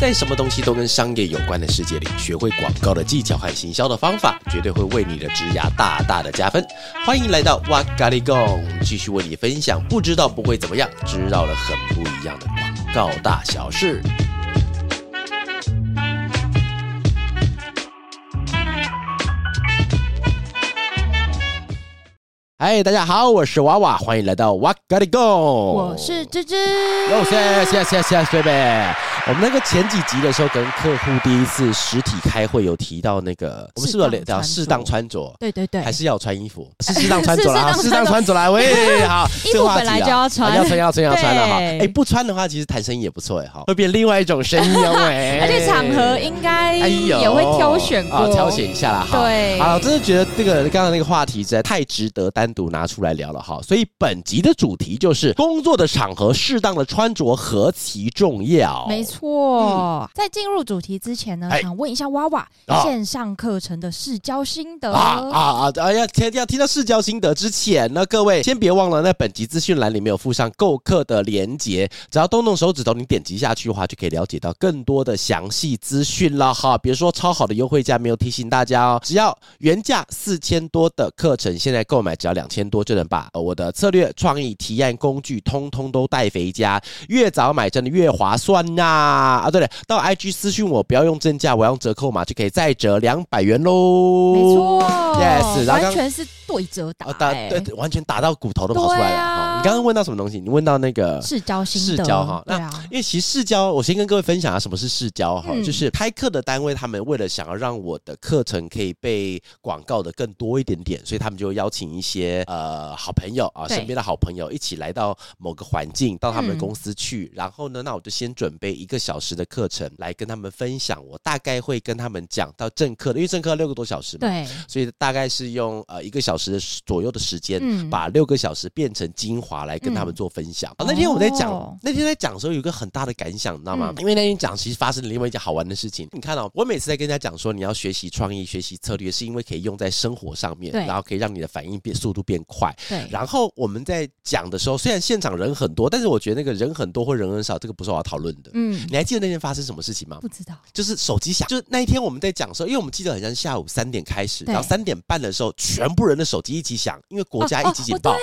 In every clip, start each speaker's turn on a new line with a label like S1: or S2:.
S1: 在什么东西都跟商业有关的世界里，学会广告的技巧和行销的方法，绝对会为你的职涯大大的加分。欢迎来到哇咖喱贡，继续为你分享不知道不会怎么样，知道了很不一样的广告大小事。嗨，大家好，我是娃娃，欢迎来到哇咖喱贡，
S2: 我是芝芝，
S1: 又哦谢谢谢谢谢呗。我们那个前几集的时候，跟客户第一次实体开会有提到那个，我们是不是有聊适当穿着？
S2: 对对对
S1: 还，是要穿衣服， 是适当穿着啦，
S2: 是
S1: 适
S2: 适
S1: 当
S2: 当
S1: 穿着啦，喂， 好，
S2: 衣
S1: 这个
S2: 服
S1: 话
S2: 本来
S1: 题啊
S2: 就要穿
S1: 啊要穿要穿要穿了哈。
S2: 对
S1: 哎，不穿的话，其实谈生意也不错哎哈，会变另外一种生意哦 喂。
S2: 而且场合应该
S1: 哎呦
S2: 也会挑选
S1: 啊
S2: 过，
S1: 挑选一下啦哈。
S2: 对
S1: 好，我真的觉得这个刚刚那个话题实在太值得单独拿出来聊了哈。所以本集的主题就是工作的场合适当的穿着何其重要。
S2: 没。错，在进入主题之前呢
S1: 哦嗯哎，
S2: 想问一下娃娃
S1: 啊
S2: 线上课程的试教心得。
S1: 啊啊啊！哎呀，听要听到市教心得之前呢，各位先别忘了，那本集资讯栏里面有附上购课的连结，只要动动手指头，你点击下去的话，就可以了解到更多的详细资讯了哈。比如说超好的优惠价，没有提醒大家哦，只要原价四千多的课程，现在购买只要两千多，就能把呃我的策略、创意、提案工具通通都带回家，越早买真的越划算呐、啊！对了，到 IG 私讯我，不要用正价，我要用折扣码就可以再折两百元喽。
S2: 没错
S1: Yes，然后
S2: 完
S1: 刚
S2: 全是对折打
S1: 啊，打
S2: 哎
S1: 对，完全打到骨头都跑出来了
S2: 对
S1: 哈、
S2: 啊
S1: 你刚刚问到什么东西？你问到那个
S2: 试教心
S1: 市
S2: 得，
S1: 交哈，
S2: 对
S1: 那
S2: 啊，
S1: 因为其实市交，我先跟各位分享啊，什么是市交哈，
S2: 嗯
S1: 就是开课的单位，他们为了想要让我的课程可以被广告的更多一点点，所以他们就邀请一些呃好朋友啊，
S2: 对
S1: 身边的好朋友一起来到某个环境，到他们的
S2: 嗯
S1: 公司去。然后呢，那我就先准备一个小时的课程来跟他们分享，我大概会跟他们讲到正课的，因为正课六个多小时嘛，
S2: 对，
S1: 所以大概是用呃一个小时的时左右的时间，
S2: 嗯
S1: 把六个小时变成精华来跟他们做分享。好那天我们在讲，
S2: 哦
S1: 那天在讲的时候有一个很大的感想，你知道吗？
S2: 嗯
S1: 因为那天讲其实发生了另外一件好玩的事情。你看哦，我每次在跟人家讲说你要学习创意、学习策略，是因为可以用在生活上面，
S2: 对
S1: 然后可以让你的反应变速度变快。
S2: 对，
S1: 然后我们在讲的时候，虽然现场人很多，但是我觉得那个人很多或人很少，这个不是我要讨论的。
S2: 嗯，
S1: 你还记得那天发生什么事情吗？
S2: 不知道，
S1: 就是手机响，就是那一天我们在讲的时候，因为我们记得好像下午三点开始，
S2: 对
S1: 然后三点半的时候，全部人的手机一起响，因为国家一起警报，
S2: 哦哦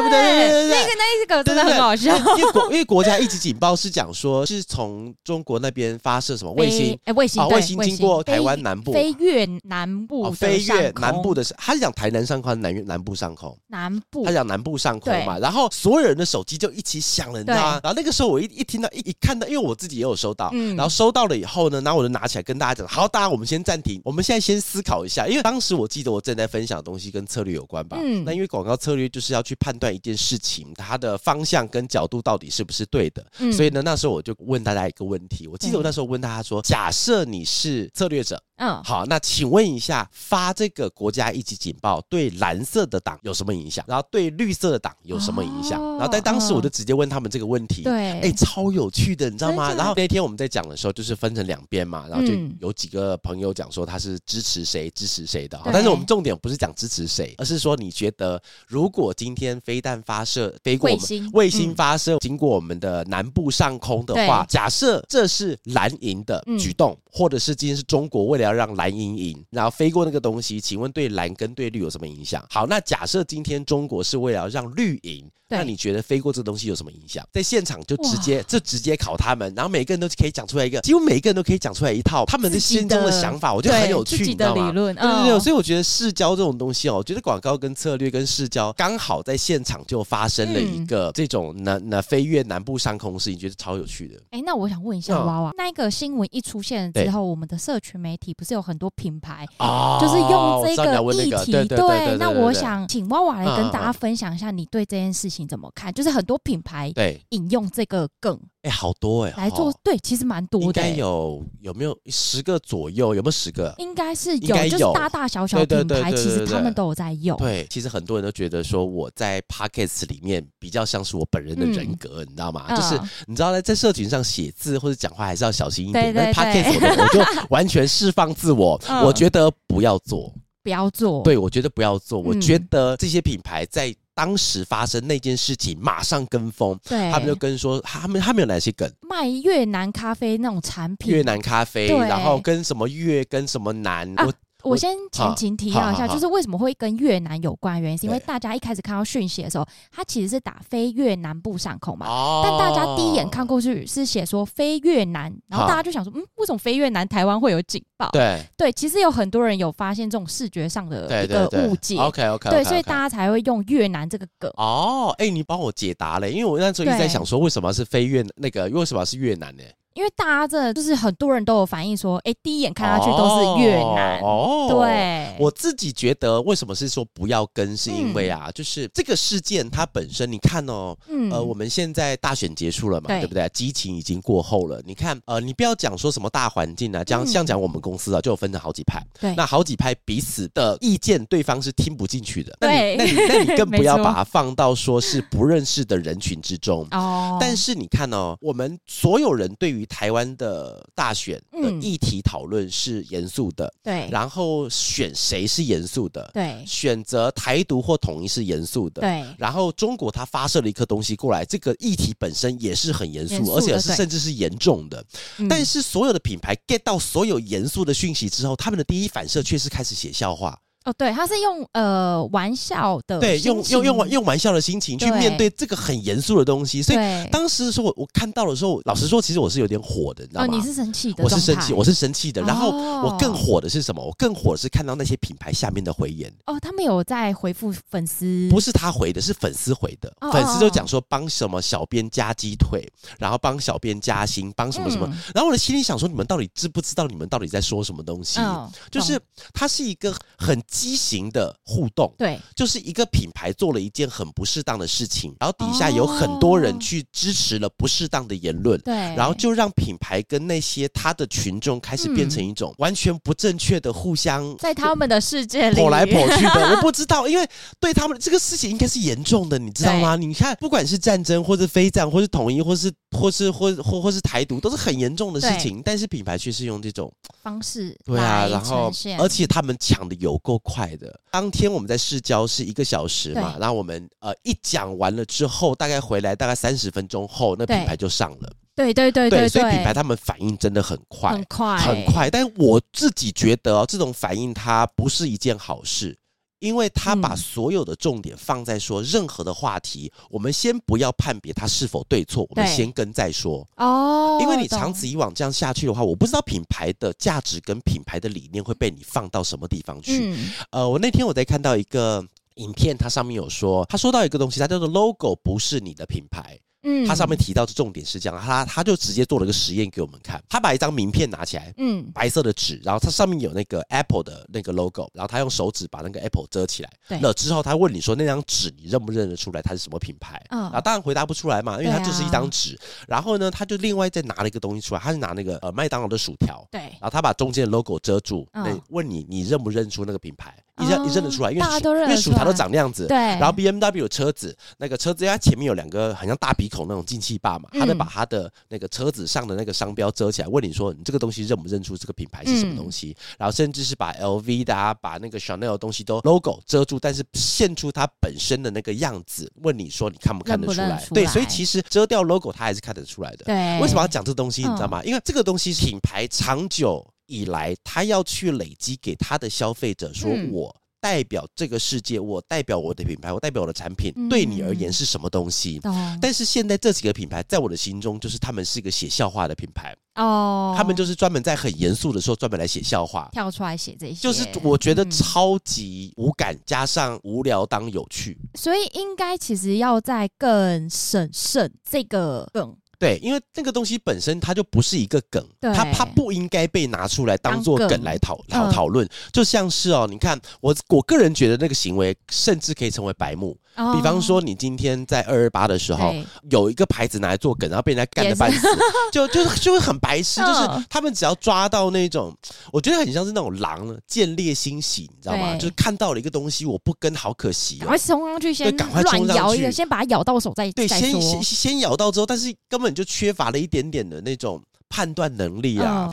S1: 对
S2: 对
S1: 不对对对对对
S2: 那个那个
S1: 对
S2: 真的很好笑。
S1: 哦对对因为国因为国家一级警报是讲说，是从中国那边发射什么卫星
S2: 飞，哎，卫星
S1: 啊，
S2: 对
S1: 卫星经过
S2: 飞
S1: 台湾南部。
S2: 飞越南部
S1: 哦，
S2: 的
S1: 飞越
S2: 上空
S1: 南部的，他是讲台南上空，南越南部上空，
S2: 南部
S1: 他，讲南部上空嘛，然后所有人的手机就一起响了，你知道吗？然后那个时候我一一听到一一看到，因为我自己也有收到，
S2: 嗯
S1: 然后收到了以后呢，然后我就拿起来跟大家讲，好，大家我们先暂停，我们现在先思考一下，因为当时我记得我正在分享的东西跟策略有关吧，
S2: 嗯
S1: 那因为广告策略就是要去判断一件事情它的方向跟角度到底是不是对的，
S2: 嗯
S1: 所以呢，那时候我就问大家一个问题，我记得我那时候问大家说，假设你是策略者，
S2: 嗯，
S1: 好，那请问一下，发这个国家一级警报对蓝色的党有什么影响？然后对绿色的党有什么影响？
S2: 哦
S1: 然后在当时我
S2: 嗯
S1: 就直接问他们这个问题，
S2: 对，
S1: 哎、超有趣的，你知道吗？
S2: 真的
S1: 然后那天我们在讲的时候，就是分成两边嘛，然后就
S2: 嗯
S1: 有几个朋友讲说他是支持谁支持谁的哈，
S2: 对
S1: 但是我们重点不是讲支持谁，而是说你觉得如果今天飞弹发射飞过我们
S2: 卫星
S1: 卫星
S2: 嗯
S1: 发射、经过我们的南部上空的话，假设这是蓝营的举动，或者是今天是中国为了要让蓝营赢，然后飞过那个东西，请问对蓝跟对绿有什么影响？好，那假设今天中国是为了要让绿赢，
S2: 对
S1: 那你觉得飞过这个东西有什么影响？在现场就直接这直接考他们，然后每个人都可以讲出来一个，几乎每一个人都可以讲出来一套他们的
S2: 自己
S1: 心中的
S2: 的
S1: 想法，我觉得很
S2: 对
S1: 有趣，
S2: 自
S1: 你
S2: 己
S1: 知道
S2: 的
S1: 吗
S2: 理？论，
S1: 对对对，
S2: 嗯
S1: 所以我觉得市交这种东西哦，我觉得广告跟策略跟市交刚好在现场就发生了
S2: 嗯
S1: 一个这种那那飞越南部上空的事情，觉得超有趣的。
S2: 哎，那我想问一下
S1: 嗯
S2: 娃娃，那一个新闻一出现
S1: 对
S2: 之后，我们的社群媒体不是有很多品牌，
S1: 哦
S2: 就是用
S1: 我知
S2: 这
S1: 道你要问那
S2: 议
S1: 个
S2: 题？
S1: 对对对对对
S2: 那
S1: 对
S2: 我
S1: 对
S2: 想请娃娃来
S1: 嗯嗯
S2: 跟大家分享一下，你对这件事情怎么看？就是很多品牌
S1: 对，
S2: 引用这个梗
S1: 哎，好多哎，
S2: 来做
S1: 哦，
S2: 对，其实蛮
S1: 应
S2: 多的
S1: 该
S2: 欸。
S1: 有有没有十个左右？有没有十个？
S2: 应该是
S1: 应该
S2: 有，就是
S1: 有
S2: 大大小小
S1: 对对
S2: 品
S1: 对
S2: 牌，
S1: 对
S2: 其
S1: 对
S2: 实
S1: 对
S2: 他们
S1: 对
S2: 都有在用。
S1: 对，其实很多人都觉得说我在 podcast 里面比较像是我本人的人格，你知道吗？
S2: 嗯
S1: 就是你知道在在社群上写字或者讲话还是要小心一点，
S2: 对对
S1: 但是 podcast 我的我就完全释放自我，
S2: 嗯
S1: 我觉得不要做，
S2: 不要做。
S1: 对我觉得不要做，我
S2: 嗯
S1: 觉得这些品牌在。当时发生那件事情，马上跟风，
S2: 对，
S1: 他们就跟说他们他们有哪些梗，
S2: 卖越南咖啡那种产品。
S1: 越南咖啡，
S2: 对
S1: 然后跟什么越跟什么南，
S2: 啊
S1: 我
S2: 我先前情提要一
S1: 好好
S2: 下，
S1: 好
S2: 就是为什么会跟越南有关，原因是因为
S1: 对
S2: 大家一开始看到讯息的时候，它其实是打飞越南部上空嘛。
S1: 哦
S2: 但大家第一眼看过去是写说飞越南，然后
S1: 好
S2: 大家就想说，嗯，为什么飞越南台湾会有警报？
S1: 对
S2: 对，其实有很多人有发现这种视觉上的
S1: 对
S2: 一
S1: 对
S2: 个
S1: 对
S2: 误解，
S1: ，OK OK，
S2: 对，所以大家才会用越南这个梗。
S1: 哦，哎、你帮我解答了，因为我那时候一直在想说，为什么是飞越那个，为什么是越南呢？
S2: 因为大家真的就是很多人都有反映说，哎、第一眼看下去都是越南，
S1: 哦，哦。
S2: 对，
S1: 我自己觉得，为什么是说不要跟，是因为啊，就是这个事件它本身，你看哦，
S2: 嗯
S1: 呃，我们现在大选结束了嘛，
S2: 对
S1: 对不对？激情已经过后了，你看，呃，你不要讲说什么大环境啊，讲
S2: 嗯
S1: 像讲我们公司啊，就有分成好几派，
S2: 对
S1: 那好几派彼此的意见，对方是听不进去的，那你
S2: 对
S1: 那你那你更
S2: 没
S1: 不要
S2: 错
S1: 把它放到说是不认识的人群之中。
S2: 哦，
S1: 但是你看哦，我们所有人对于台湾的大选的
S2: 嗯
S1: 议题讨论是严肃的，
S2: 对
S1: 然后选谁是严肃的，
S2: 对
S1: 选择台独或统一是严肃的。
S2: 对
S1: 然后中国它发射了一颗东西过来，这个议题本身也是很严肃，
S2: 严肃的
S1: 而且是
S2: 对
S1: 甚至是严重的。
S2: 嗯
S1: 但是所有的品牌 get 到所有严肃的讯息之后，他们的第一反射却是开始写笑话，
S2: 哦，对，他是用呃玩笑的
S1: 对，
S2: 心
S1: 用
S2: 情
S1: 用用玩用玩笑的心情去
S2: 对
S1: 面对这个很严肃的东西，所以
S2: 对
S1: 当时的时候，我我看到的时候，老实说，其实我是有点火的，你知道
S2: 哦，
S1: 吗？
S2: 你是生气的
S1: 我是
S2: 状态，
S1: 生气，我是生气的。然后
S2: 哦
S1: 我更火的是什么？我更火的是看到那些品牌下面的回言，
S2: 哦，他们有在回复粉丝，
S1: 不是他回的，是粉丝回的。
S2: 嗯哦
S1: 粉丝就讲说帮什么小编加鸡腿，然后帮小编加薪，帮什么什么。
S2: 嗯
S1: 然后我的心里想说，你们到底知不知道？你们到底在说什么东西？
S2: 嗯
S1: 就是
S2: 懂
S1: 它是一个很畸形的互动，
S2: 对
S1: 就是一个品牌做了一件很不适当的事情，然后底下有很多人
S2: 哦
S1: 去支持了不适当的言论，
S2: 对，
S1: 然后就让品牌跟那些他的群众开始变成一种完全不正确的互相
S2: 嗯在他们的世界里
S1: 跑来跑去的， 我不知道，因为对他们这个事情应该是严重的，你知道吗？你看，不管是战争，或是非战，或是统一，或是或是或或或是台独，都是很严重的事情，但是品牌却是用这种
S2: 方式
S1: 对啊，
S2: 来
S1: 然后
S2: 呈现
S1: 而且他们抢的有够快的。当天我们在市郊是一个小时嘛，
S2: 对
S1: 然后我们呃一讲完了之后，大概回来大概三十分钟后，那
S2: 对
S1: 品牌就上了。
S2: 对对对对，
S1: 所以品牌他们反应真的很快，
S2: 很快
S1: 很快。但我自己觉得、哦、这种反应它不是一件好事，因为它把
S2: 嗯
S1: 所有的重点放在说任何的话题，我们先不要判别它是否对错，我们
S2: 对
S1: 先跟再说。
S2: 哦，
S1: 因为你
S2: 懂
S1: 长此以往这样下去的话，我不知道品牌的价值跟品牌的理念会被你放到什么地方去。
S2: 嗯
S1: 呃，我那天我在看到一个。影片它上面有说，他说到一个东西，它叫做 logo 不是你的品牌，
S2: 嗯，
S1: 它上面提到的重点是这样，他他就直接做了个实验给我们看，他把一张名片拿起来，
S2: 嗯
S1: 白色的纸，然后它上面有那个 Apple 的那个 logo，然后他用手指把那个 Apple 遮起来。
S2: 对
S1: 了之后，他问你说那张纸你认不认得出来它是什么品牌？
S2: 嗯
S1: 然后当然回答不出来嘛，因为它
S2: 对啊
S1: 就是一张纸。然后呢，他就另外再拿了一个东西出来，他是拿那个呃麦当劳的薯条。
S2: 对
S1: 然。后他把中间的 logo 遮住，
S2: 嗯
S1: 那、问你你认不认出那个品牌？你认、
S2: 哦
S1: 你认得出来，因为
S2: 大家
S1: 薯
S2: 都认
S1: 因
S2: 得
S1: 为薯条
S2: 出
S1: 都
S2: 来
S1: 长那样子，
S2: 对，
S1: 然后 B M W 有车子，那个车子因为它前面有两个很像大鼻孔那种进气坝嘛，
S2: 嗯
S1: 他就把他的那个车子上的那个商标遮起来，问你说你这个东西认不认出这个品牌是什么东西？
S2: 嗯
S1: 然后甚至是把 L V 的啊，把那个 Chanel 的东西都 logo 遮住，但是现出它本身的那个样子，问你说你看不看得出来？
S2: 认不认出
S1: 对，
S2: 来
S1: 所以其实遮掉 logo 它还是看得出来的。
S2: 对，
S1: 为什么要讲这个东西？你知道吗？
S2: 嗯
S1: 因为这个东西品牌长久以来，它要去累积给它的消费者，说
S2: 嗯
S1: 我代表这个世界，我代表我的品牌，我代表我的产品，
S2: 嗯
S1: 对你而言是什么东西？
S2: 懂？
S1: 但是现在这几个品牌，在我的心中，就是他们是一个写笑话的品牌，
S2: 哦，
S1: 他们就是专门在很严肃的时候专门来写笑话，
S2: 跳出来写这些，
S1: 就是我觉得
S2: 嗯
S1: 超级无感，加上无聊当有趣。
S2: 所以应该其实要再更审慎这个梗，
S1: 对，因为那个东西本身它就不是一个梗，
S2: 对
S1: 它它不应该被拿出来当做
S2: 当梗
S1: 梗来讨讨
S2: 嗯
S1: 讨论。就像是哦，你看我我个人觉得那个行为甚至可以成为白目。
S2: 哦
S1: 嗯比方说，你今天在二二八的时候
S2: 对，
S1: 有一个牌子拿来做梗，然后被人家干
S2: 也
S1: 的
S2: 是
S1: 半死，就就是就会很白痴。就是
S2: 嗯
S1: 他们只要抓到那种，我觉得很像是那种狼呢，见猎心喜，你知道吗？
S2: 对
S1: 就是看到了一个东西，我不跟好可惜
S2: 赶
S1: 哦
S2: 快。冲上去，先
S1: 对赶快冲
S2: 乱
S1: 上
S2: 摇一个，
S1: 去
S2: 先把它咬到手再
S1: 对，
S2: 再
S1: 先
S2: 说
S1: 先先咬到之后，但是根本就缺乏了一点点的那种判断能力
S2: 嗯
S1: 啊，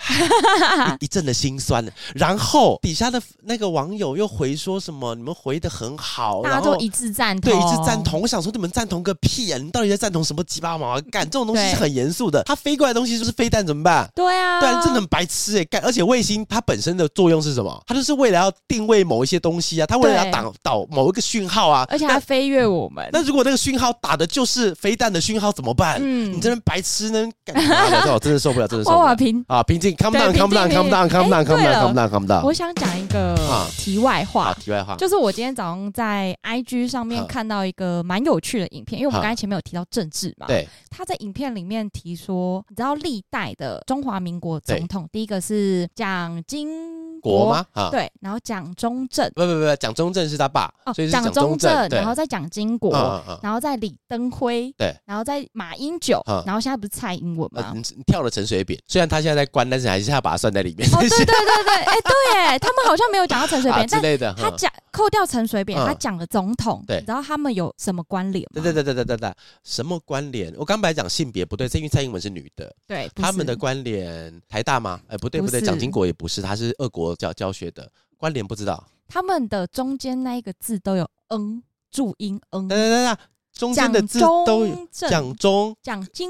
S1: 一一阵的心酸。然后底下的那个网友又回说什么，你们回的很好，
S2: 大家
S1: 然
S2: 都
S1: 后
S2: 一致赞同，
S1: 对，一致赞。同。我想说，你们赞同个屁啊！你到底在赞同什么鸡巴毛啊？干这种东西是
S2: 对
S1: 很严肃的。它飞过来的东西就是飞弹，怎么办？
S2: 对啊，
S1: 对啊，真的很白痴哎、干！而且卫星它本身的作用是什么？它就是为了要定位某一些东西啊，它为了要
S2: 对
S1: 挡导某一个讯号啊。
S2: 而且还
S1: 那
S2: 飞越我们。
S1: 那如果那个讯号打的就是飞弹的讯号怎么办？
S2: 嗯
S1: 你这边白痴呢？干嘛的？这 我真的受不了，真的受
S2: 哇
S1: 不
S2: 哇
S1: 了
S2: 平，
S1: 啊！平静，calm
S2: 对
S1: down，calm
S2: 平静
S1: down，calm
S2: 平静
S1: down，calm
S2: 哎
S1: down，calm
S2: 对了
S1: down，calm down，calm down。
S2: 我想讲一个
S1: 啊
S2: 题外
S1: 好，
S2: 话。
S1: 题外话，
S2: 就是我今天早上在 IG 上面
S1: 啊
S2: 看到一个蛮有趣的影片，因为我们
S1: 啊
S2: 刚才前面有提到政治嘛，
S1: 对
S2: 他在影片里面提说，你知道历代的中华民国总统，第一个是蒋经
S1: 国？吗？啊，
S2: 对，然后蒋中正
S1: 不
S2: 哦
S1: 不不，蒋中正是他爸，所以是蒋
S2: 中
S1: 正，对
S2: 然后再蒋经国，
S1: 嗯嗯嗯
S2: 然后再李登辉，
S1: 对，
S2: 然后再马英九，
S1: 嗯
S2: 然后现在不是蔡英文吗
S1: 呃，？你你跳了陈水扁，虽然他现在在关，但是还是要把他算在里面，
S2: 哦，对对对对， 哎、对耶，他们好像没有讲到陈水
S1: 啊
S2: 扁，
S1: 之
S2: 但
S1: 类的。
S2: 他
S1: 哈
S2: 讲扣掉陈水扁，
S1: 嗯
S2: 他讲了总统，
S1: 对
S2: 你知道他们有什么关联
S1: 对
S2: 吗？
S1: 对对对对对对，什么关联？我刚本来讲性别不对，是因为蔡英文是女的，
S2: 对，不是
S1: 他们的关联台大吗？哎，不对
S2: 不
S1: 不对，
S2: 是
S1: 蒋经国也不是，他是俄国教教学的，关联不知道。
S2: 他们的中间那一个字都有嗯，注音嗯
S1: 等，等等等，中间
S2: 蒋
S1: 的字都有
S2: 中正
S1: 蒋中
S2: 蒋经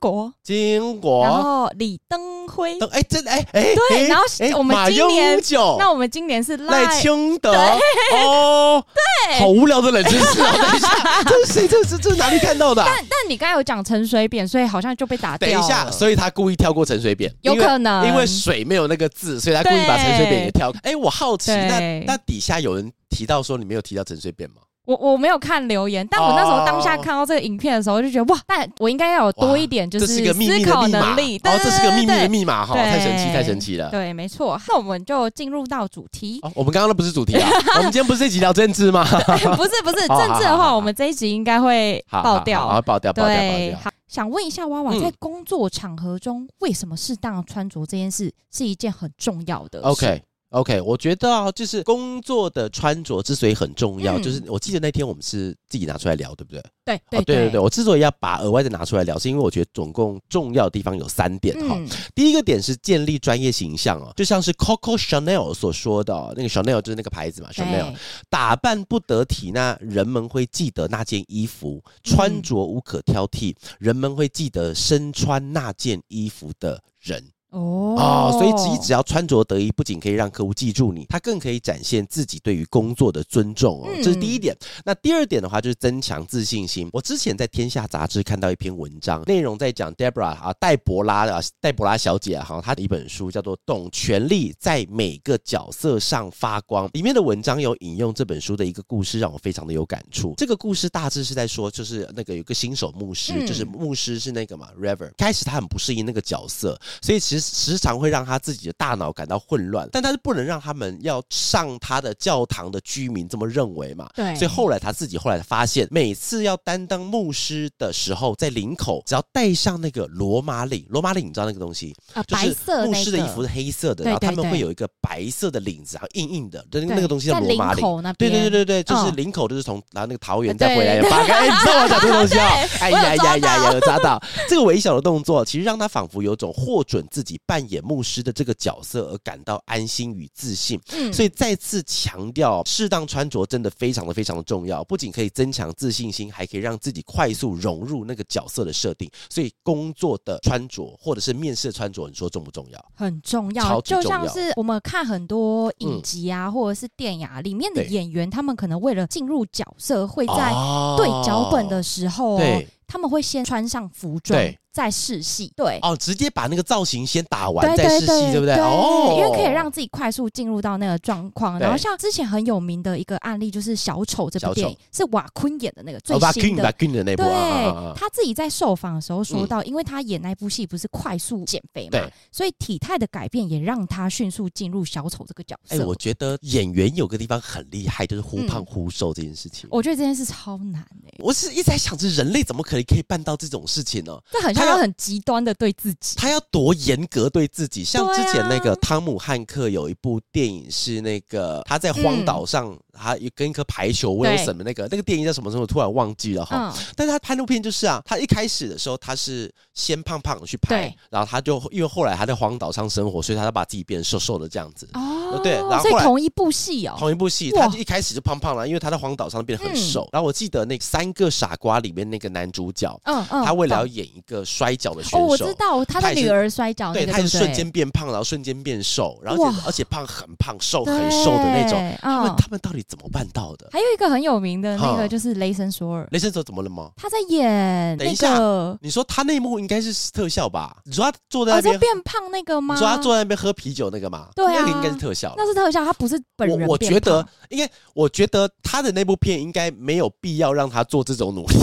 S2: 国，
S1: 经
S2: 然
S1: 国，
S2: 后李登辉。
S1: 哎真的哎哎
S2: 对
S1: 哎
S2: 然后是
S1: 哎
S2: 我们
S1: 马
S2: 今
S1: 英
S2: 年
S1: 九
S2: 那我们今年是
S1: 赖
S2: 赖
S1: 清德哦，
S2: 对
S1: 好无聊的冷知识啊！等一下，这是谁？这是这是哪里看到的啊？
S2: 但但你刚才有讲陈水扁，所以好像就被打
S1: 等一
S2: 掉了。
S1: 下，所以他故意跳过陈水扁，
S2: 有
S1: 因为
S2: 可能
S1: 因为水没有那个字，所以他故意把陈水扁给跳。哎，我好奇，
S2: 对
S1: 那那底下有人提到说你没有提到陈水扁吗？
S2: 我我没有看留言，但我那时候当
S1: 哦
S2: 下看到这个影片的时候，就觉得哇，但我应该要有多一点就
S1: 这
S2: 是
S1: 是一个秘密
S2: 思
S1: 的
S2: 考
S1: 密码，
S2: 能力。对
S1: 哦，这是个秘密的
S2: 对对
S1: 密码哈，
S2: 对
S1: 太神奇，太神奇了。
S2: 对，没错。那我们就进入到主题，
S1: 哦，我们刚刚那不是主题啊，我们今天不是这集聊政治 吗？
S2: 不是不是
S1: 好好
S2: 政治的
S1: 哦好好
S2: 话，我们这一集应该会
S1: 好，
S2: 爆
S1: 好好
S2: 掉。
S1: 好爆掉，爆掉，爆
S2: 对
S1: 掉，。
S2: 好，想问一下娃娃，
S1: 嗯
S2: 在工作场合中，为什么适当穿着这件事是一件很重要的事
S1: OK。OK，我觉得啊，就是工作的穿着之所以很重要，
S2: 嗯
S1: 就是我记得那天我们是自己拿出来聊，对不对？
S2: 对
S1: 哦，
S2: 对
S1: 对对对，，我之所以要把额外的拿出来聊，是因为我觉得总共重要的地方有三点哈、
S2: 嗯，
S1: 第一个点是建立专业形象哦，就像是 Coco Chanel 所说的、哦，那个 Chanel 就是那个牌子嘛，Chanel
S2: 对
S1: 打扮不得体，那人们会记得那件衣服；
S2: 嗯
S1: 穿着无可挑剔，人们会记得身穿那件衣服的人。
S2: 哦
S1: 哦，所以只只要穿着得宜，不仅可以让客户记住你，他更可以展现自己对于工作的尊重哦，
S2: 嗯
S1: 这是第一点。那第二点的话，就是增强自信心。我之前在《天下》杂志看到一篇文章，内容在讲 Debra 啊，戴博拉啊，戴博拉小姐啊，哈，她的一本书叫做《懂权力在每个角色上发光》，里面的文章有引用这本书的一个故事，让我非常的有感触。这个故事大致是在说，就是那个有个新手牧师，
S2: 嗯
S1: 就是牧师是那个嘛 Rever，开始他很不适应那个角色，所以其实时常会让他自己的大脑感到混乱，但他是不能让他们要上他的教堂的居民这么认为嘛。
S2: 对，
S1: 所以后来他自己后来发现，每次要担当牧师的时候，在领口只要戴上那个罗马领，罗马领你知道那个东西，
S2: 啊
S1: 就
S2: 白
S1: 是
S2: 色
S1: 牧
S2: 那
S1: 师的衣
S2: 个
S1: 服是黑色的，
S2: 对
S1: 然后他
S2: 对
S1: 们
S2: 对
S1: 会有一个白色的领子，然后硬硬的，对，
S2: 对
S1: 那个东西叫
S2: 在
S1: 罗马
S2: 领
S1: 领。
S2: 口那哦
S1: 对
S2: 边，
S1: 对对对对，就是
S2: 嗯
S1: 领口，就是从然后那个桃园
S2: 对
S1: 再回来
S2: 对，
S1: 八个，哎，你知道我讲这个东西哦 哎
S2: 我有
S1: 呀呀
S2: 抓
S1: 呀
S2: 到
S1: 呀，有抓到这个微小的动作，其实让他仿佛有种获准自己扮演牧师的这个角色而感到安心与自信。
S2: 嗯
S1: 所以再次强调，适当穿着真的非常的非常的重要，不仅可以增强自信心，还可以让自己快速融入那个角色的设定。所以工作的穿着或者是面试的穿着，你说重不重要？
S2: 很重
S1: 超
S2: 要，
S1: 级重
S2: 就
S1: 要嗯
S2: 像是我们看很多影集啊，或者是电影啊，里面的
S1: 对
S2: 演员，他们可能为了进入角色，会在
S1: 哦
S2: 对脚本的时候、哦
S1: 对
S2: 他们会先穿上服装
S1: 对，
S2: 再试戏，对。
S1: 哦，直接把那个造型先打完
S2: 对
S1: 再
S2: 对
S1: 试戏，
S2: 对，
S1: 对不对？哦，
S2: 因为可以让自己快速进入到那个状况。
S1: 对
S2: 然后像之前很有名的一个案例，就是《小丑》这
S1: 小丑
S2: 部电影，是瓦昆演的那个最
S1: 哦把
S2: 新
S1: Queen 把
S2: 的。
S1: Queen 的那部
S2: 对
S1: 啊啊，啊啊，
S2: 他自己在受访的时候说
S1: 嗯
S2: 到，因为他演那部戏不是快速减肥嘛
S1: 对，。
S2: 所以体态的改变也让他迅速进入小丑这个角
S1: 哎、
S2: 色。嗯
S1: 我觉得演员有个地方很厉害，就是忽胖忽瘦这件事情。
S2: 我觉得这件事超难哎、
S1: 我是一直在想，这人类怎么可以可以办到这种事情呢？
S2: 这很
S1: 他
S2: 他要很极端的对自己。
S1: 他要多严格对自己，像
S2: 对啊
S1: 之前那个汤姆汉克有一部电影是那个他在荒岛上，他跟一颗排球我有
S2: 对
S1: 什么那个那个电影叫什么什么，我突然忘记了哈。
S2: 嗯，
S1: 但是他拍那部片就是啊，他一开始的时候他是先胖胖的去拍
S2: 对，
S1: 然后他就因为后来他在荒岛上生活，所以他就把自己变瘦瘦的这样子。
S2: 哦，
S1: 对然后
S2: 所以
S1: 后来
S2: 同一部戏哦，
S1: 同一部戏，
S2: 哇
S1: 他就一开始就胖胖了，因为他在荒岛上变得很
S2: 嗯
S1: 瘦。然后我记得那个《三个傻瓜》里面那个男主角，
S2: 嗯嗯，
S1: 他为了要
S2: 懂
S1: 演一个摔跤的选手，
S2: 哦，我知道他
S1: 他
S2: 的
S1: 也是
S2: 女儿摔跤哦那
S1: 对，
S2: 个，
S1: 他也
S2: 不
S1: 是瞬间变胖，然后瞬间变瘦，然后
S2: 哇
S1: 而且而且胖很胖，瘦
S2: 对
S1: 很瘦的那种。他们
S2: 嗯，
S1: 他们到底怎么办到的？
S2: 还有一个很有名的那
S1: 哈
S2: 个就是雷神索尔，
S1: 雷神手怎么了吗？
S2: 他在演
S1: 等一
S2: 那
S1: 下
S2: 个
S1: 你说他那一幕应该是特效吧？你说他坐在
S2: 哦，
S1: 那
S2: 就
S1: 边，
S2: 变胖那个吗
S1: 你？说他坐在那边喝啤酒那个嘛？
S2: 对啊
S1: 那个应该是特效。
S2: 那是特效，他不是本
S1: 我
S2: 人。
S1: 我觉得，应该，我觉得他的那部片应该没有必要让他做这种努 力，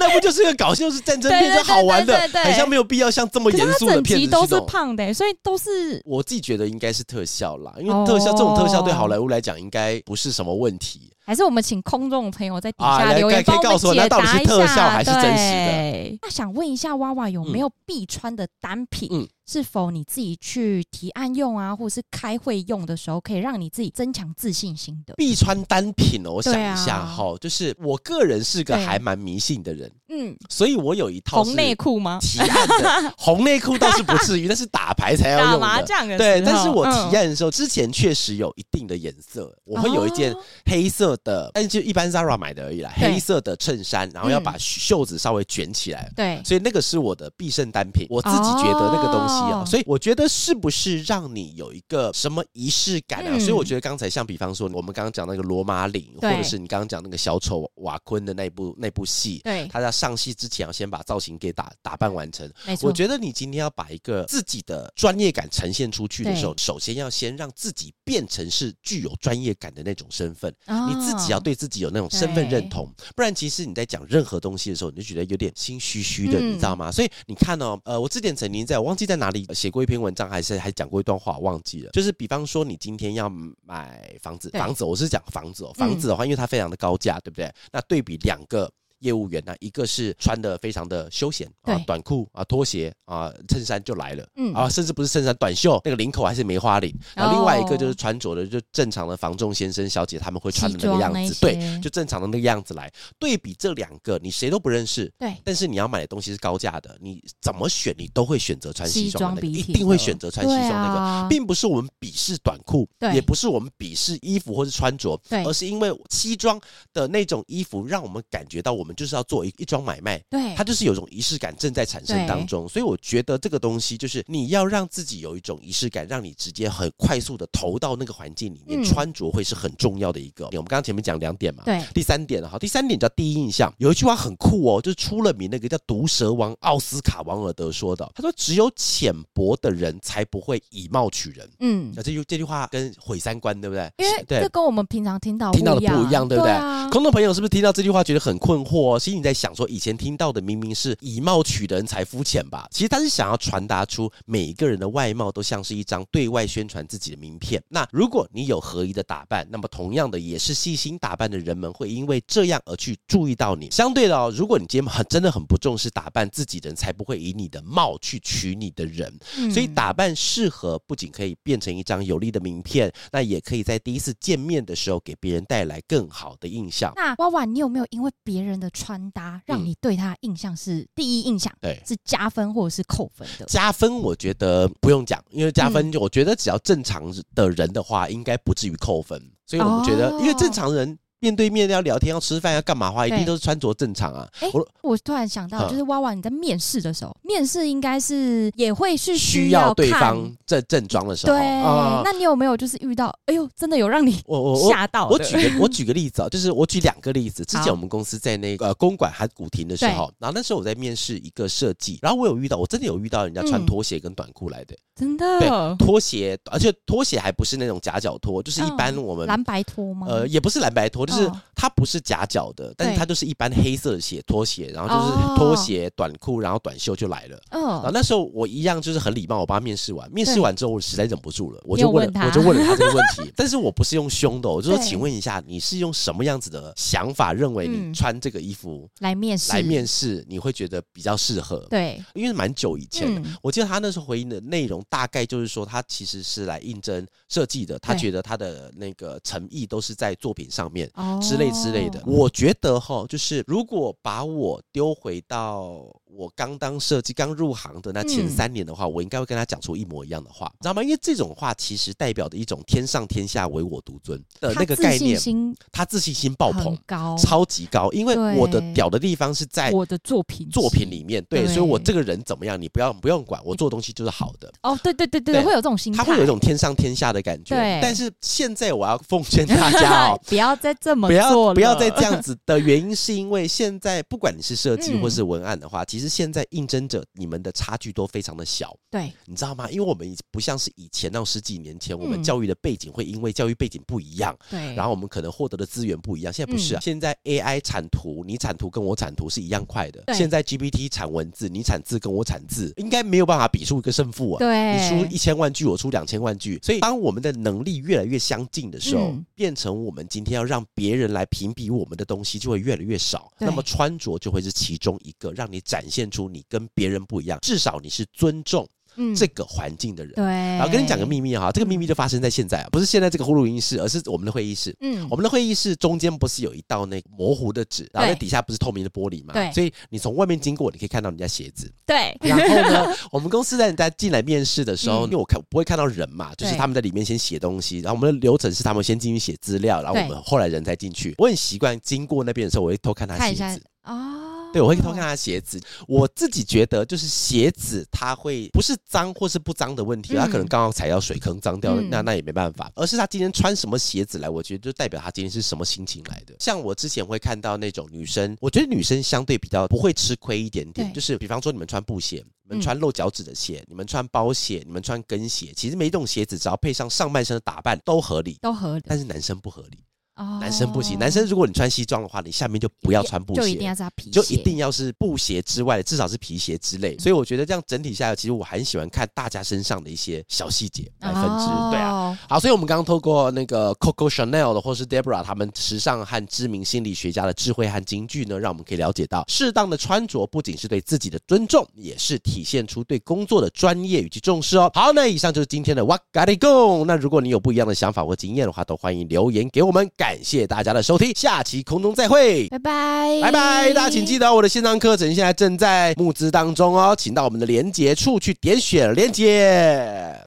S1: 那不就是个搞笑是战争
S2: 对
S1: 片，
S2: 对
S1: 就好玩的
S2: 对对，对对
S1: 很像没有必要像这么
S2: 可是
S1: 严
S2: 他
S1: 肃的
S2: 整
S1: 片
S2: 集
S1: 子去
S2: 都是
S1: 弄
S2: 胖的欸，所以都是
S1: 我自己觉得应该是特效啦，因
S2: 哦
S1: 为特效、这种特效对好莱坞来讲应该不是什么问题。
S2: 还是我们请空众朋友在底
S1: 啊
S2: 下
S1: 来
S2: 留言，
S1: 可以
S2: 帮
S1: 告
S2: 们
S1: 诉我那
S2: 解
S1: 到底是
S2: 答一
S1: 特
S2: 下
S1: 效还是真实的
S2: 对那想问一下，娃娃有没有必穿的单品？
S1: 嗯
S2: 是否你自己去提案用啊，或是开会用的时候，可以让你自己增强自信心的？
S1: 必穿单品哦，我想
S2: 对啊
S1: 一下哈、就是我个人是个
S2: 对
S1: 还蛮迷信的人，
S2: 嗯，
S1: 所以我有一套
S2: 红
S1: 是
S2: 内裤吗？
S1: 提案 的红内裤倒是不至于，但是打牌才要
S2: 打
S1: 用
S2: 麻
S1: 的。
S2: 将的时候
S1: 对，但是我
S2: 嗯
S1: 体验的时候，之前确实有一定的颜色，我会有一件
S2: 哦
S1: 黑色的，但是就一般 Zara 买的而已啦，
S2: 对嗯
S1: 黑色的衬衫，然后要把袖子稍微卷起来，
S2: 对
S1: 所以那个是我的必胜单品，我自己觉得那个东西啊，
S2: 哦
S1: 所以我觉得是不是让你有一个什么仪式感啊？
S2: 嗯
S1: 所以我觉得刚才像比方说我们刚刚讲那个罗马岭，或
S2: 对
S1: 者是你刚刚讲那个小丑瓦昆的那部那部戏，
S2: 对，
S1: 他在上戏之前要先把造型给打打扮完成。
S2: 没错
S1: 我。觉得你今天要把一个自己的专业感呈现出去的时候，首先要先让自己变成是具有专业感的那种身份。你自己要
S2: 哦
S1: 对自己有那种身份认同，不然其实你在讲任何东西的时候，你就觉得有点心虚虚的，
S2: 嗯
S1: 你知道吗？所以你看哦，呃，我之前曾经在我忘记在哪里呃写过一篇文章，还是还讲过一段话，我忘记了。就是比方说，你今天要买房子，
S2: 对嗯
S1: 房子我是讲房子哦，房子的话，因为它非常的高价，对不对？那对比两个。业务员呢，一个是穿的非常的休闲啊
S2: 对，
S1: 短裤啊、拖鞋啊、衬衫就来了，
S2: 嗯
S1: 啊，甚至不是衬衫，短袖那个领口还是梅花领。然后另外一个
S2: 哦
S1: 就是穿着的，就正常的房仲先生小姐他们会穿的那个样子
S2: 西，装那一些
S1: 对，就正常的那个样子来对比这两个，你谁都不认识。
S2: 对
S1: 但是你要买的东西是高价的，你怎么选，你都会选择穿西
S2: 西
S1: 装
S2: 装
S1: 的那个，
S2: 笔
S1: 一
S2: 挺
S1: 定会
S2: 的
S1: 选择穿西装那
S2: 对
S1: 个，
S2: 啊
S1: 并不是我们鄙视短裤，
S2: 对
S1: 也不是我们鄙视衣服或是穿着，
S2: 对
S1: 而是因为西装的那种衣服让我们感觉到我们就是要做一一桩买卖，
S2: 对
S1: 它就是有一种仪式感正在产生当中，所以我觉得这个东西就是你要让自己有一种仪式感，让你直接很快速的投到那个环境里面，
S2: 嗯
S1: 穿着会是很重要的一个。我们刚刚前面讲两点嘛，
S2: 对
S1: 第三点哈，第三点叫第一印象，有一句话很酷哦，就是出了名那个叫毒蛇王奥斯卡王尔德说的，他说只有浅薄的人才不会以貌取人。
S2: 嗯
S1: 那、，这句这句话跟毁三观对不对？
S2: 因为
S1: 对
S2: 这跟我们平常听到
S1: 听到的
S2: 样
S1: 不一样对不对
S2: 啊
S1: 空洞朋友是不是听到这句话觉得很困惑、哦？心里在想说，以前听到的明明是以貌取人才肤浅吧？其实他是想要传达出每一个人的外貌都像是一张对外宣传自己的名片。那如果你有合一的打扮，那么同样的也是细心打扮的人们会因为这样而去注意到你。相对的哦，如果你今天很真的很不重视打扮自己人，才不会以你的貌去取你的人。
S2: 嗯
S1: 所以打扮适合，不仅可以变成一张有力的名片，那也可以在第一次见面的时候给别人带来更好的印象。
S2: 那娃娃，你有没有因为别人的穿搭
S1: 嗯
S2: 让你对他印象是第一印象
S1: 对。
S2: 是加分或者是扣分的？
S1: 加分，我觉得不用讲，因为加分，
S2: 嗯
S1: 我觉得只要正常的人的话，应该不至于扣分。所以我们觉得，
S2: 哦
S1: 因为正常人面对面要聊天、要吃饭、要干嘛的话，一
S2: 对
S1: 定都是穿着正常啊。
S2: 哎
S1: 我
S2: 我突然想到，
S1: 嗯
S2: 就是娃娃你在面试的时候，面试应该是也会是
S1: 需
S2: 要
S1: 要对
S2: 看
S1: 方正正装的时候，
S2: 对
S1: 啊。，
S2: 那你有没有就是遇到？哎呦，真的有让你
S1: 我我我
S2: 吓到
S1: 我
S2: 的
S1: 举个我举个例子啊，就是我举两个例子。之前
S2: 好
S1: 我们公司在那个、呃、公馆还古亭的时候，然后那时候我在面试一个设计，然后我有遇到，我真的有遇到人家穿
S2: 嗯
S1: 拖鞋跟短裤来的，
S2: 真的
S1: 拖鞋，而且拖鞋还不是那种夹脚拖，就是一般我们、
S2: 嗯蓝白拖吗？
S1: 呃也不是蓝白拖，就是
S2: 哦
S1: 它不是夹脚的，但是它就是一般黑色的鞋拖鞋，然后就是
S2: 哦
S1: 拖鞋短裤，然后短袖就来了。
S2: 嗯，
S1: 然后那时候我一样就是很礼貌，我帮他面试完，面试完之后我实在忍不住了，我
S2: 又
S1: 就问了，
S2: 问他
S1: 我就问了他这个问 题，但是我不是用凶的哦，我就说，
S2: 对
S1: 请问一下，你是用什么样子的想法认为
S2: 嗯
S1: 你穿这个衣服
S2: 来面试，
S1: 来面试你会觉得比较适合？
S2: 对，
S1: 因为蛮久以前了，
S2: 嗯
S1: 我记得他那时候回应的内容大概就是说，他其实是来应征设计的，他
S2: 对
S1: 觉得他的那个诚意都是在作品上面。
S2: 哦
S1: 之类之类的，我觉得哈，就是如果把我丢回到我刚当设计、刚入行的那前
S2: 嗯
S1: 三年的话，我应该会跟他讲出一模一样的话，知道吗？因为这种话其实代表的一种天上天下唯我独尊的呃
S2: 他
S1: 那个
S2: 自
S1: 概
S2: 信
S1: 念，
S2: 心
S1: 他自信心爆
S2: 很
S1: 棚，
S2: 高，
S1: 超级高。因为
S2: 对
S1: 我的屌的地方是在
S2: 我的作品
S1: 作品里面，对，
S2: 对
S1: 所以我这个人怎么样，你不要不用管，我做东西就是好的。
S2: 哦，对对对对，
S1: 对
S2: 会有这种心态，
S1: 他会 有一种天上天下的感觉
S2: 对，，
S1: 但是现在我要奉劝大家哦
S2: 不要再这么
S1: 不
S2: 做
S1: 要
S2: 了
S1: 不要再这样 子的原因，是因为现在不管你是设计
S2: 嗯
S1: 或是文案的话，其实现在应征者你们的差距都非常的小，
S2: 对
S1: 你知道吗？因为我们已不像是以前那种十几年前，我们
S2: 嗯
S1: 教育的背景会因为教育背景不一样，
S2: 对，嗯
S1: 然后我们可能获得的资源不一样，现在不是啊。现在 AI 产图，你产图跟我产图是一样快的。
S2: 对
S1: 现在 GPT 产文字，你产字跟我产字，应该没有办法比出一个胜负啊。
S2: 对，
S1: 你出一千万句，我出两千万句，所以当我们的能力越来越相近的时候，
S2: 嗯
S1: 变成我们今天要让别人来评比我们的东西就会越来越少。
S2: 对
S1: 那么穿着就会是其中一个，让你展现出你跟别人不一样，至少你是尊重
S2: 嗯
S1: 这个环境的人。
S2: 对，
S1: 然后跟你讲个秘密哈，这个秘密就发生在现在啊，不是现在这个呼录音室，而是我们的会议室。
S2: 嗯
S1: 我们的会议室中间不是有一道那个模糊的纸，然后那底下不是透明的玻璃嘛？
S2: 对
S1: 所以你从外面经过，你可以看到人家鞋子。
S2: 对，
S1: 然后 呢，我们公司在人家进来面试的时候，
S2: 嗯
S1: 因为我看我不会看到人嘛，就是
S2: 对
S1: 他们在里面先写东西，然后我们的流程是他们先进去写资料，然后我
S2: 对
S1: 们后来人才进去。我很习惯经过那边的时候，我会偷看他
S2: 看
S1: 鞋
S2: 一下
S1: 子。
S2: 哦，
S1: 对，我会偷看他的鞋子。我自己觉得，就是鞋子它会不是脏或是不脏的问题，
S2: 嗯
S1: 它可能刚好踩到水坑脏掉了，
S2: 嗯
S1: 那那也没办法。而是他今天穿什么鞋子来，我觉得就代表他今天是什么心情来的。像我之前会看到那种女生，我觉得女生相对比较不会吃亏一点点，
S2: 对嗯
S1: 就是比方说你们穿布鞋。你们穿露脚趾的鞋，你们穿包鞋，你们穿跟鞋，其实每一种鞋子只要配上上半身的打扮都合理，
S2: 都合理，
S1: 但是男生不合理，
S2: 哦
S1: 男生不行。男生如果你穿西装的话，你下面就不要穿布鞋，
S2: 就一定要是他皮鞋，
S1: 就一定要是布鞋之外，至少是皮鞋之类。所以我觉得这样整体下来，其实我很喜欢看大家身上的一些小细节来分支，对啊。
S2: 哦，
S1: 好，所以我们刚刚透过那个 Coco Chanel 的或是 Debra 他们时尚和知名心理学家的智慧和金句呢，让我们可以了解到，适当的穿着不仅是对自己的尊重，也是体现出对工作的专业以及重视哦。好，那以上就是今天的 What Got It Go。那如果你有不一样的想法或经验的话，都欢迎留言给我们。感谢大家的收听，下期空中再会。
S2: 拜拜，
S1: 拜拜！大家请记得我的线上课程现在正在募资当中哦，请到我们的连结处去点选连结。